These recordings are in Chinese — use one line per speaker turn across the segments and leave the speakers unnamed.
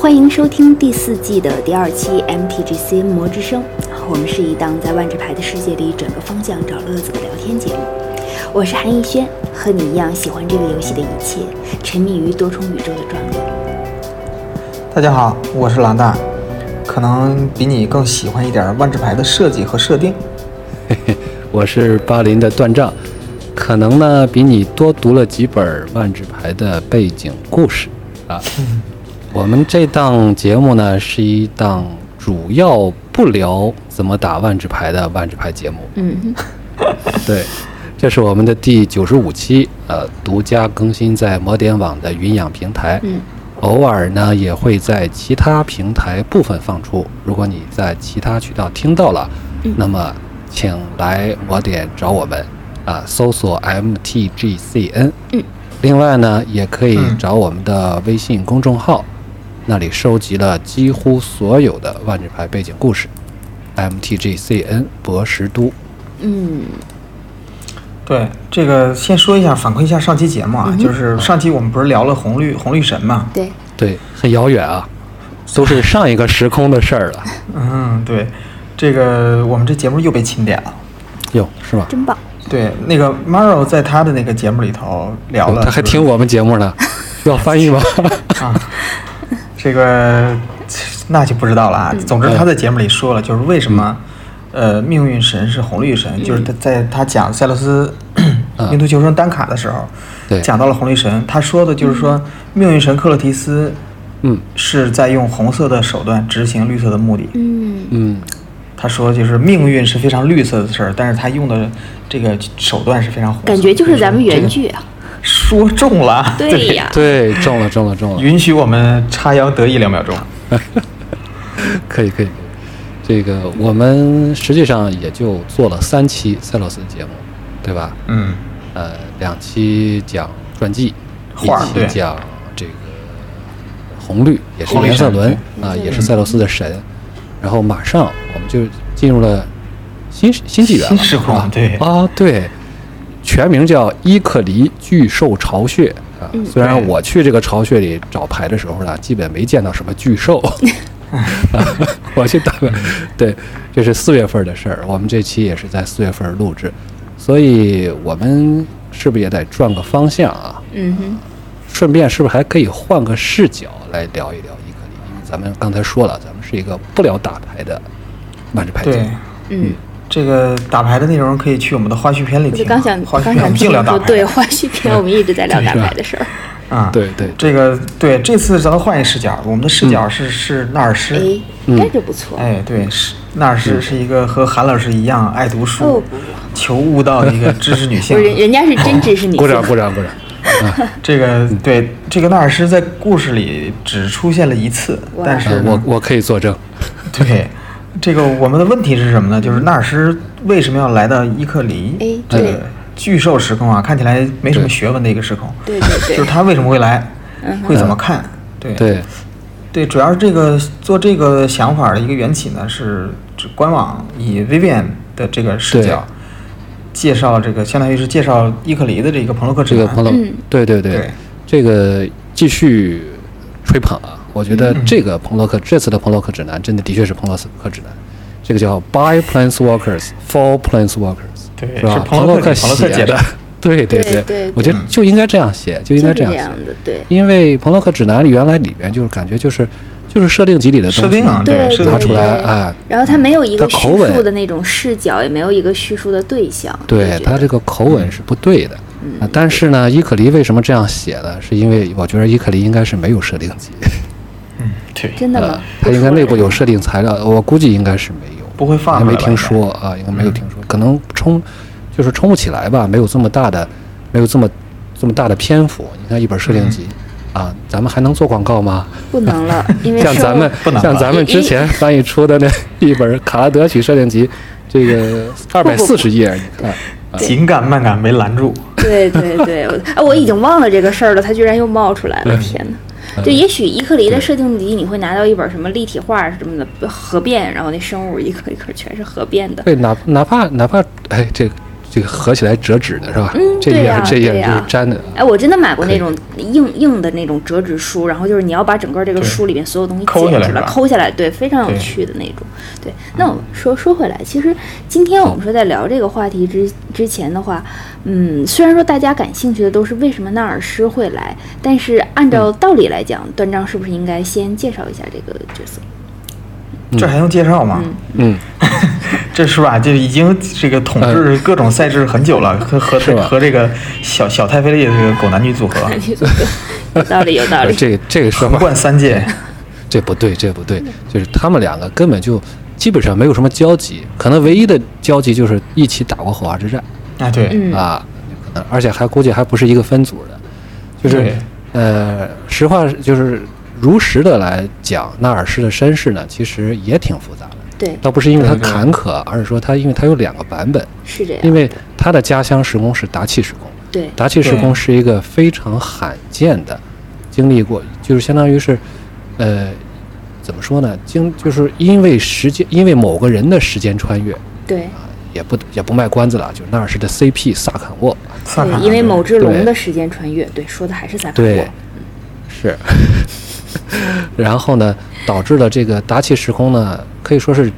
欢迎收听第四季的第二期 MTGC 魔之声，我们是一档在万智牌的世界里转个方向找乐子的聊天节目。我是韩逸轩，和你一样喜欢这个游戏的一切，沉迷于多重宇宙的壮丽。
大家好，我是狼大，可能比你更喜欢一点万智牌的设计和设定。
我是巴林的断杖，可能呢比你多读了几本万智牌的背景故事啊。我们这档节目呢是一档主要不聊怎么打万智牌的万智牌节目，
嗯，
对，这是我们的第九十五期，呃，独家更新在魔点网的云养平台，
嗯，
偶尔呢也会在其他平台部分放出。如果你在其他渠道听到了，那么请来魔点找我们，啊、搜索 MTGCN，
嗯，
另外呢也可以
嗯
找我们的微信公众号，那里收集了几乎所有的万智牌背景故事，MTGCN 博时都。
嗯，
对，这个先说一下，反馈一下上期节目啊，就是上期我们不是聊了红绿红绿神嘛？
对，
对，很遥远啊，都是上一个时空的事儿了。
嗯，对，这个我们这节目又被钦点了。
哟，是吗？
真棒，
对，那个 Maro 在他的那个节目里头聊了，
嗯他还听我们节目 呢，要翻译吗？
啊，这个那就不知道了
嗯
啊。总之他在节目里说了，就是为什么、呃命运神是红绿神，
嗯
就是他在他讲塞勒斯命途求生单卡的时候，
对
讲到了红绿神，他说的就是
嗯
说、命运神克洛提斯。
嗯
是在用红色的手段执行绿色的目的。
嗯
嗯，
他说，就是命运是非常绿色的事儿，但是他用的这个手段是非常红色的。
感觉就是咱们
这
原
个
剧啊。
说中了。啊
对呀，
对，中了，中了，中了，
允许我们插秧得意两秒钟。
可以，可以。这个我们实际上也就做了三期塞洛斯节目，对吧？
嗯，
呃，两期讲传记，一
画儿对
期讲这个红绿，也是
红绿
颜色
神
轮
对
啊、也是塞洛斯的神。然后马上我们就进入了新新纪元了，
新时空
啊
对
啊，对，全名叫伊克离巨兽巢穴啊。虽然
对
我去这个巢穴里找牌的时候呢，基本没见到什么巨 兽。 我去打个，对，这是四月份的事儿。我们这期也是在四月份录制，所以我们是不是也得转个方向啊？
嗯哼，
顺便是不是还可以换个视角来聊一聊伊克里？因为咱们刚才说了，咱们是一个不聊打牌的万智牌节目
对，
嗯，
这个打牌的内容可以去我们的花絮片里
我
听
就
啊。
刚想
花
刚
絮片我
想
们
听
净聊
你
打
说，
牌。嗯
对，花絮片我们一直在聊打牌的事儿。
啊，
对对
这个对，这次咱们换一视角，我们的视角是是纳尔师。
哎，那就不错。
嗯哎，对，是纳尔师是一个和韩老师一样爱读
哦
书
不、
求悟道的一个知识女
不
性
是，。人人家是真支持你。
鼓掌鼓掌鼓掌！
这个对，这个纳尔师在故事里只出现了一次
哇，
但
呃
是呢
我我可以作证，
对，这个我们的问题是什么呢？就是纳尔斯为什么要来到伊克
哎
里这
对
个巨兽时空啊？看起来没什么
对
学问的一个时空，
对对
就是
对，
他为什么会来，会怎么看？对
嗯对
对主要是这个做这个想法的一个缘起呢，是指官网以 Vivian 的这个视
对
角介绍这个，相当于是介绍伊克里的这个彭洛克之
这个
门。
朋友，
嗯
对对
嗯
对
对，
这个继续吹捧啊！我觉
嗯
得这个彭洛克这次的彭洛克指南真的的确是彭洛克指南，这个叫 By Planeswalkers for Planeswalkers，
对
是吧
是？
彭
彭洛
洛克
克
写
彭洛克解
的
的，
对对
对对
我觉得就应该这样写，就应
就
该
是
这
这
样
样
写。
的，对。
因为《彭洛克指南》原来里边就是感觉就是就是设定集里的东
设
西
定啊，
对
设
拿
定
对
出来
对
哎，
然后它没有一个
它口
叙述
吻
的那种视角，也没有一个叙述的对象。
对
我觉
他
得
这个口吻是不对的。
嗯
啊，但是呢，伊可离为什么这样写呢？是因为我觉得伊可离应该是没有设定 集，
嗯，对，
真的
呃
吗，？
他应该内部有设定材料，我估计应该是没有，
不会放
还
出来
没
吧
听说啊，应该没有听说，可能冲就是冲不起来吧，没有这么大的，没有这么这么大的篇幅。你看一本设定集啊，咱们还能做广告吗？
不能了，嗯因为
像
生
咱们
不能
像
吧
咱们
因
之
为
前翻译出的那一本卡拉德曲设定集，这 个二百四十页，你看，
紧赶慢赶没拦住。
对对 对，我啊，我已经忘了这个事儿了，它居然又冒出来
嗯
了，天哪！就也许伊克里的设定集，你会拿到一本什么立体画什么的合变，然后那生物一个一个全是合变的。
对，哪哪怕哪怕哎，这这个合起来折纸的是吧？
嗯
这
对
页
呀
和这
对
页就
呀
是粘的。
哎，我真的买过
可以
那种硬硬的那种折纸书，然后就是你要把整个这个
对
书里面所有东西
抠下
剪
来
出来，
是吧
抠下来，对，非常有
对
趣的那种。对，那我们说说回来，其实今天我们说在聊这个话题之之前的话，嗯，虽然说大家感兴趣的都是为什么纳尔师会来，但是按照道理来讲，段章是不是应该先介绍一下这个角色？
这还用介绍吗？
嗯，
这是吧？这已经这个统治各种赛制很久 了，和和
是吧
和这个小小太妃丽的这个狗男女 组
啊
合
有道理，有 道理。
这个这个说
横
法
贯 三界，
这不对，这不对，就是他们两个根本就基本上没有什么交集，可能唯一的交集就是一起打过火花之战
啊对，
嗯
啊，可能而且还估计还不是一个分组的，就是
对
呃，实话就是如实的来讲，纳尔氏的身世呢，其实也挺复杂的，
对，
倒不是因为他
对对
坎坷，而是说他因为他有两个版本，
是啊这
因
样。
为他的家乡时空是达契时空。
对，
达契时空
对
是一个非常罕见的经历过，就是相当于是，呃，怎么说呢？经就是因为时间，因为某个人的时间穿越啊，
对，
也不也不卖关子了，就是纳尔氏的 CP 萨坎沃，
萨卡
对，因为某只龙
对
的时间穿越，对，说的还是萨卡
对
波。，
是。 然后呢，导致了这个达契时空呢，可以说是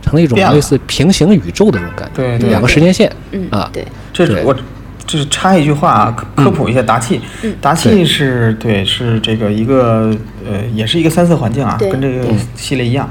成了一种
变了
类似平行宇宙的这种感觉，
对对
两个时间线，
嗯
啊，，
对，
这
对嗯
我这是插一句话啊科科普一下达契，
嗯
达契
对
是对是这个一个呃也是一个三色环境啊，
对
跟这个系列一样，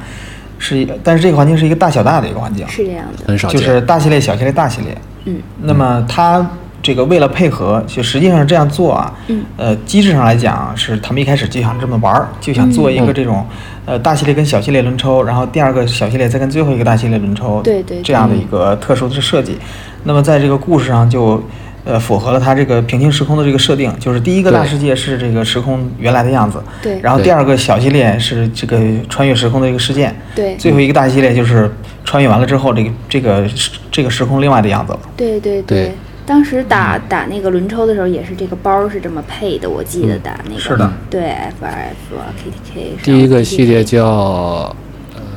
是一但是这个环境是一个大小大的一个环境，
是这样的。
很少
就
见，
是大系列、小系列、大系列。
嗯，
那么它这个为了配合，就实际上这样做啊，
嗯
呃，机制上来讲是他们一开始就想这么玩儿，就想做一
嗯
个这种、呃大系列跟小系列轮抽，然后第二个小系列再跟最后一个大系列轮抽，
对嗯对对
这样的一个特殊的设计。那么在这个故事上就。呃，符合了它这个平行时空的这个设定，就是第一个大
对
世界是这个时空原来的样子，
对
然后
对
第二个小系列是这个穿越时空的一个事件，
对
最后一个大系列就是穿越完了之后，这个这个这个时空另外的样子了。
对对
对嗯
当时打打那个轮抽的时候，也是这个包是这么配的，我记得打那个
是的，
对 F R F 啊 K T K
嗯第一个系列叫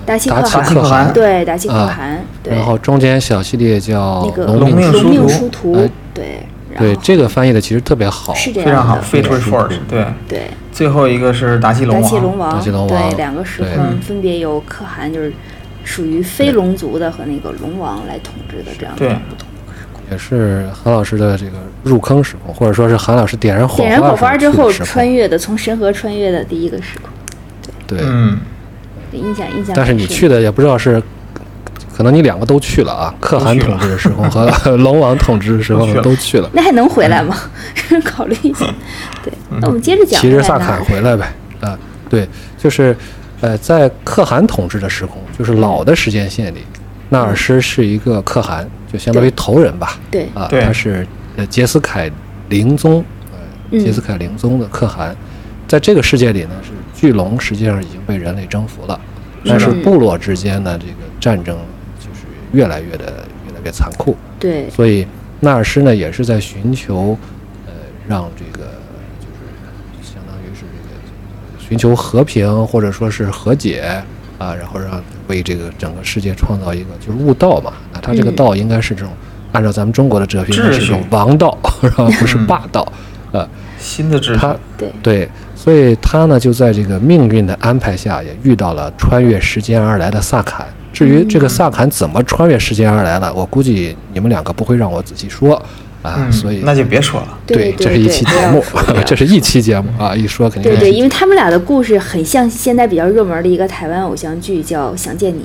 达契
达
克
契
汗，
克汗，
对达契克
啊
汗，对
然后中间小系列叫
那个
龙
命
龙
书
命
图
殊途
哎，
对，然
对
后
这个翻译的其实特别好，
是这
非常
样
好
的，
f a t e Forge 对，
对。
最后一个是达契龙
达
王，
契龙王，
达契龙王
对，两个时
对
空分别由可汗，就是属于非龙族的和那个龙王来统治的这样的
对
不同。
也是韩老师的这个入坑时空，或者说是韩老师点燃火
点燃火花
花
之后
时候去的时
穿越的，从神河穿越的第一个时空，
空对，
嗯，
对印象印象很深。
但是你去的也不知道是，可能你两个都去了啊，可汗统治的时空和 龙王统治的时空都去了，
那还能回来吗？ 考虑一下。对，那我们接着讲。
嗯骑着萨坎回来呗，啊，对，就是呃，在可汗统治的时空，就是老的时间线里，纳尔师是一个可汗，就相当于头人吧，
嗯对
啊，
对
他是呃杰斯凯灵宗，呃
嗯
杰斯凯灵宗的可汗，在这个世界里呢，是巨龙实际上已经被人类征服了，但是部落之间的这个战争就是越来越的越来越残酷，
对
所以纳尔师呢也是在寻求，呃，让这个就是相当于是这个寻求和平或者说是和解啊，然后让为这个整个世界创造一个就是悟道嘛。那他这个
嗯
道应该是这种、按照咱们中国的哲学，应该
秩
是这种
序嗯
王道， 然后不是霸道。呃，
新的制
他啊
式，
对
对，所以他呢就在这个命运的安排下，也遇到了穿越时间而来的萨坎。至
嗯
于这个萨坎怎么穿越时间而来了，我估计你们两个不会让我仔细说啊，
嗯，
所以
那就别说了。
对
这是一期节 目， 这是一期节目啊，一说肯定
对
是
对，
一期
因为他们俩的故事很像现在比较热门的一个台湾偶像剧，叫《想见你》，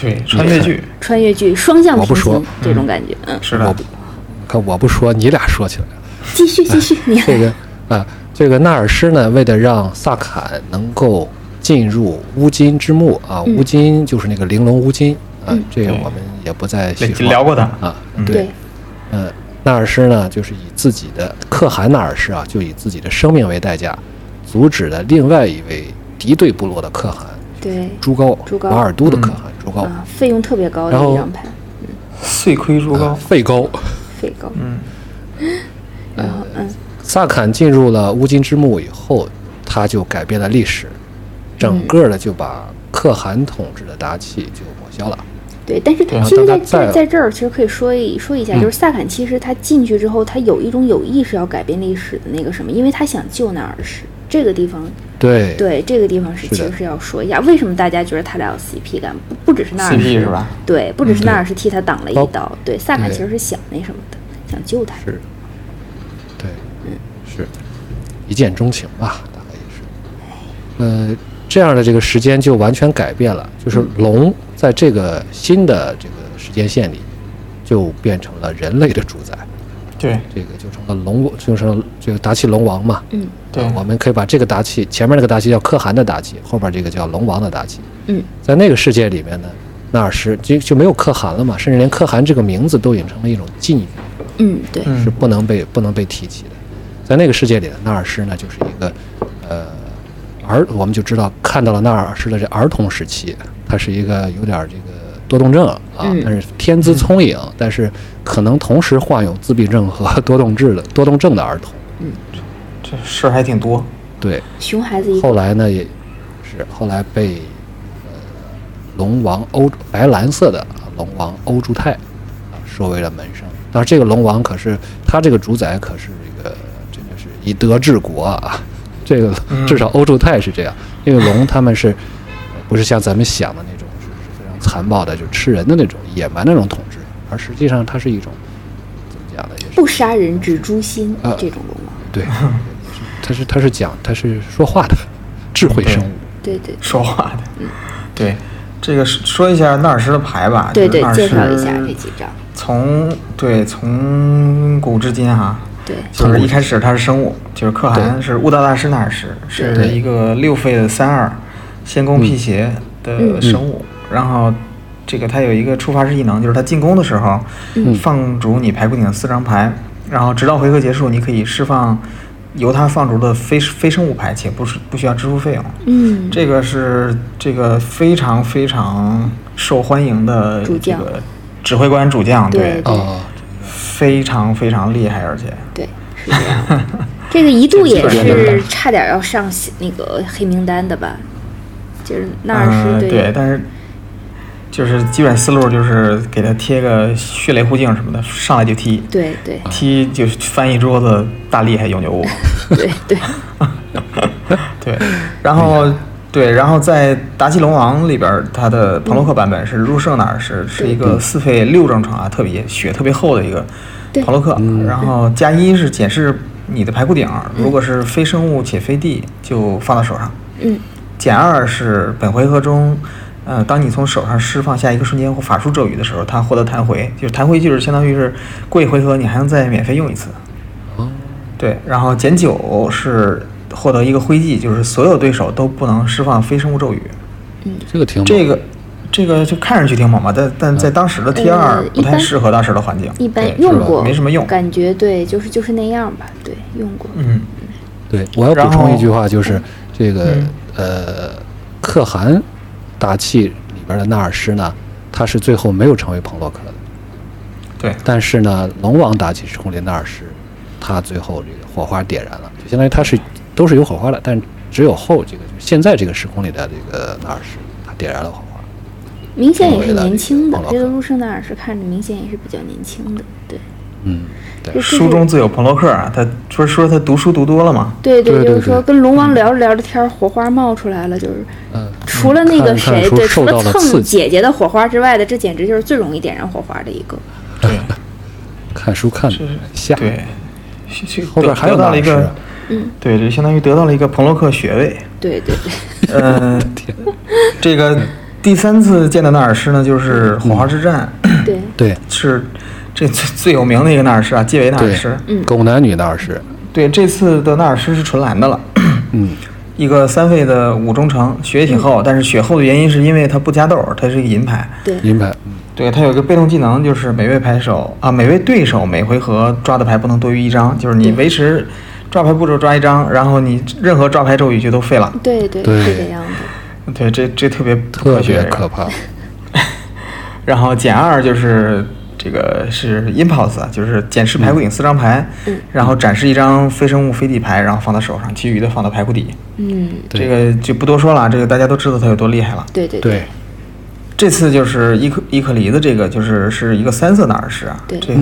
对，穿越剧
穿越剧双向
我不
平
说
行这种感觉。嗯，
是
我
的
不，看我不说，你俩说起来了。
继续继 续，你
这个啊，这个纳尔师呢，为了让萨坎能够进入乌金之墓啊，
嗯
乌金就是那个玲珑乌金啊，这个我们也不再细说
聊过的
啊，
嗯
对，
呃，纳尔师呢，就是以自己的可汗纳尔师啊，就以自己的生命为代价，阻止了另外一位敌对部落的可汗
对
朱高，
朱高
瓦尔都的可汗朱高，呃
啊，费用特别高的
哦然后
一张牌，
碎盔如
呃
高，
费高。
费高。
嗯，
然后嗯，
萨坎进入了乌金之墓以后，他就改变了
嗯
历史，整个的就把可汗统治的达契就抹消了。
对，但是
对
他
啊
其实在
但他在
在在这儿，其实可以说一说一
嗯
下，就是萨坎其实他进去之后，他有一种有意识要改变历史的那个什么，因为他想救那儿时这个地方。
对
对，这个地方是
是
其
的
实是要说一下，为什么大家觉得他俩有 CP 感，不不只是纳尔
CP
什
是吧？嗯
对，不只是
嗯
纳
对
尔什替他挡了
包
一刀，对，萨坎
对
其实是想那什么的，想救他。
是，对，是一见钟情吧，大概也是。呃，这样的这个时间就完全改变了，就是龙在这个新的这个时间线里，就变成了人类的主宰，
对
这个就成了龙，就成了这个达契龙王嘛。
嗯
对
啊我们可以把这个达契前面那个达契叫可汗的达契，后边这个叫龙王的达契。
嗯，
在那个世界里面呢，纳尔什就就没有可汗了嘛，甚至连可汗这个名字都已经成了一种禁语。
嗯，对，
嗯
是不能被不能被提及的。在那个世界里的纳尔什呢，就是一个呃儿，我们就知道看到了纳尔什的这儿童时期，他是一个有点儿这个多动症啊，
嗯
但是天资聪颖，但是可能同时患有自闭症和多动症的多动症的儿童。
这事儿还挺多。
对，
熊孩子一
后来呢，也是后来被呃龙王欧白蓝色的啊龙王欧柱泰啊收为了门生。但是这个龙王可是他这个主宰可是这个真的是以德治国啊，这个
嗯
至少欧柱泰啊是这样，因为龙他们是呃不是像咱们想的那种是是非常残暴的，就吃人的那种野蛮那种统治，而实际上它是一种怎么讲呢，也是
不杀人只诛心
呃
这种龙王，
对，它是它是讲它是说话的智慧生物。
对对
说话的。对，这个是说一下纳尔什的牌吧。
对对
就是纳，尔
介
什
绍一下这几张，
从对从古至今哈、
对，
就是一开始他是生物，就是可汗是悟道大师纳尔什，是
对
一个六肺的三二，仙宫
嗯
辟邪的生物。然后这个他有一个触发式异能，就是他进攻的时候，
嗯
放逐你排骨顶的四张牌，然后直到回合结束，你可以释放由他放逐的非非生物牌，且不是不需要支付费用。
嗯，
这个是这个非常非常受欢迎的
主
这
将
个指挥官主将，
对对
哦，
非常非常厉害，而且
对，是这样的。这个一度 也
这基本上
是差点要上那个黑名单的吧，就是纳尔
嗯
什
对，但是就是基本思路就是给他贴个血雷护镜什么的，上来就踢，
对对
踢就翻一桌子大厉害 永久物，
对对，
对，然后。对，然后在《达西龙王》里边儿，他的彭洛克版本是入圣纳尔什，是一个四费六正常啊，特别血特别厚的一个
对
彭洛克。然后加一是检视你的排骨顶儿，如果是非生物且非地，就放到手上。
嗯
减二是本回合中，呃，当你从手上释放下一个瞬间或法术咒语的时候，它获得弹回，就是弹回就是相当于是过一回合你还能再免费用一次。
哦
对，然后减九是获得一个徽记，就是所有对手都不能释放非生物咒语。
这个挺猛
这个，这个就看上去挺猛吧，但但在当时的 T 二
呃
不
一
太
般
适合当时的环境，
一
对
般
是
用
吧
过，
没什么用。
感觉对，就是就是那样吧，对，用过，
嗯，
对，我要
然
补充
后嗯
一句话，就是这个呃，可汗打气里边的纳尔什呢，他是最后没有成为彭洛克的，
对，
但是呢，龙王打气是轰的纳尔什，他最后这个火花点燃了，就相当于他是都是有火花的，但只有后这个就是现在这个时空里的这个纳尔什，他点燃了火花。
明显也
为
是
了
年轻的
彭，洛
这个
克
入圣纳尔什看着明显也是比较年轻的，对，
嗯，对
就，
书中自有彭罗克啊，他不是说他读书读多了吗？
对
对
就
对
是说
对
跟龙王聊着聊着天儿，火花冒出来了，就是
嗯
除了那个
看看
谁，
书
对，除
受
了
到了
蹭
刺激
姐姐的火花之外的，这简直就是最容易点燃火花的一个。
对。
看书看的下，
对，去去
后边
得
还有
得到
哪
了一
是
个
啊，
嗯，
对，就相当于得到了一个彭洛克学位。
对对对，
嗯，这个第三次见到纳尔什呢，就是火花之战，
对，
对
是这最最有名的一个纳尔什啊，戒维纳尔什。
对，狗男女纳尔什，
对，这次的纳尔什是纯蓝的了，
嗯，
一个三费的五中成，血也挺厚，但是血厚的原因是因为它不加豆，它是一个银牌。
对，
银牌，嗯
对，它有一个被动技能，就是每位牌手啊，每位对手每回合抓的牌不能多于一张，就是你维持抓牌步骤抓一张，然后你任何抓牌咒语就都废了。
对对
对
是这样的。
对，这这特别
特
学
别可。怕。
然后减二就是这个是 impulse，啊就是检视
嗯
牌库顶四张牌，然后展示一张非生物非地牌，然后放到手上，其余的放到牌库底。
嗯，
对
这个就不多说了，这个大家都知道它有多厉害了。
对对
对，
这次就是伊克伊克里的这个，就是是一个三色纳尔石啊，
对
这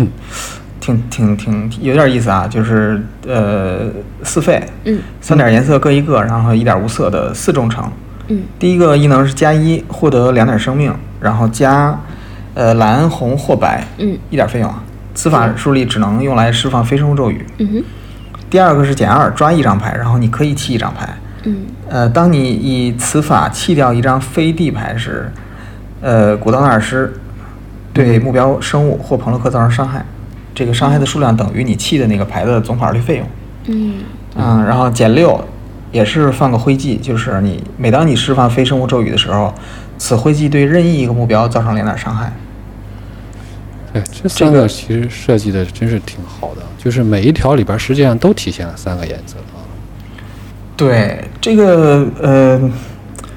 挺挺挺有点意思啊，就是呃四费，
嗯，
三点颜色各一个，然后一点无色的四种成。
嗯
第一个异能是加一，获得两点生命，然后加呃蓝红或白，
嗯，
一点费用啊。此法术力只能用来释放非生物咒语。
嗯哼，
第二个是减二，抓一张牌，然后你可以弃一张牌。
嗯
呃，当你以此法弃掉一张非地牌时，呃，古道纳尔师对目标生物或朋洛克造成伤害，这个伤害的数量等于你弃的那个牌的总法律费用。
嗯
嗯，然后减六也是放个灰记，就是你每当你释放非生物咒语的时候，此灰记对任意一个目标造成两点伤害。
对，这三个其实设计的真是挺好的，就是每一条里边实际上都体现了三个颜色啊。
对这个呃，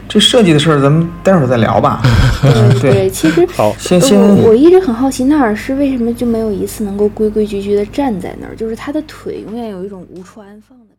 这设计的事儿咱们待会儿再聊吧。
对
对
对，其实
好
先
呃
先
我我一直很好奇，纳尔师为什么就没有一次能够规规矩矩的站在那儿？就是他的腿永远有一种无处安放的。感觉。